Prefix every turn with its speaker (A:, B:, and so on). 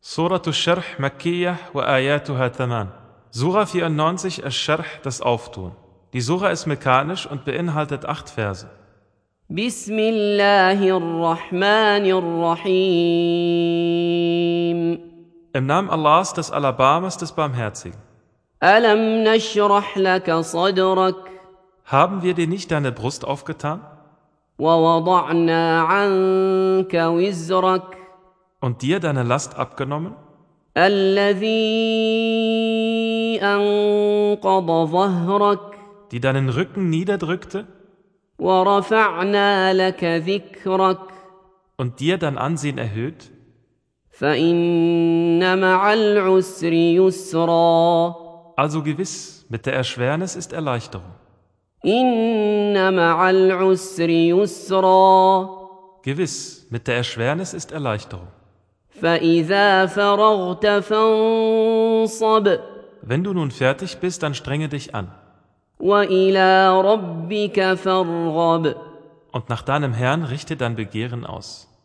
A: Surah al-Sharh Makkiyah wa ayatuha thaman. Surah 94 al-Sharh, das Auftun. Die Surah ist mekanisch und beinhaltet acht Verse.
B: بسم الله الرحمن الرحيم
A: Im Namen Allahs des Alabamas des Barmherzigen.
B: ألم نشرح لك صدرك
A: Haben wir dir nicht deine Brust aufgetan
B: ووضعنا عنك وزرك
A: und dir deine Last abgenommen,
B: الذي أنقض ظهرك
A: die deinen Rücken niederdrückte
B: ورفعنا لك ذكرك
A: und dir dein Ansehen erhöht?
B: فإن مع العسر يسرا
A: Also gewiss, mit der Erschwernis ist Erleichterung.
B: إن مع العسر يسرا
A: Gewiss, mit der Erschwernis ist Erleichterung.
B: فإذا فرغت فانصب
A: Wenn du nun fertig bist, dann strenge dich an
B: وإلى ربك فارغب
A: und nach deinem Herrn richte dein Begehren aus.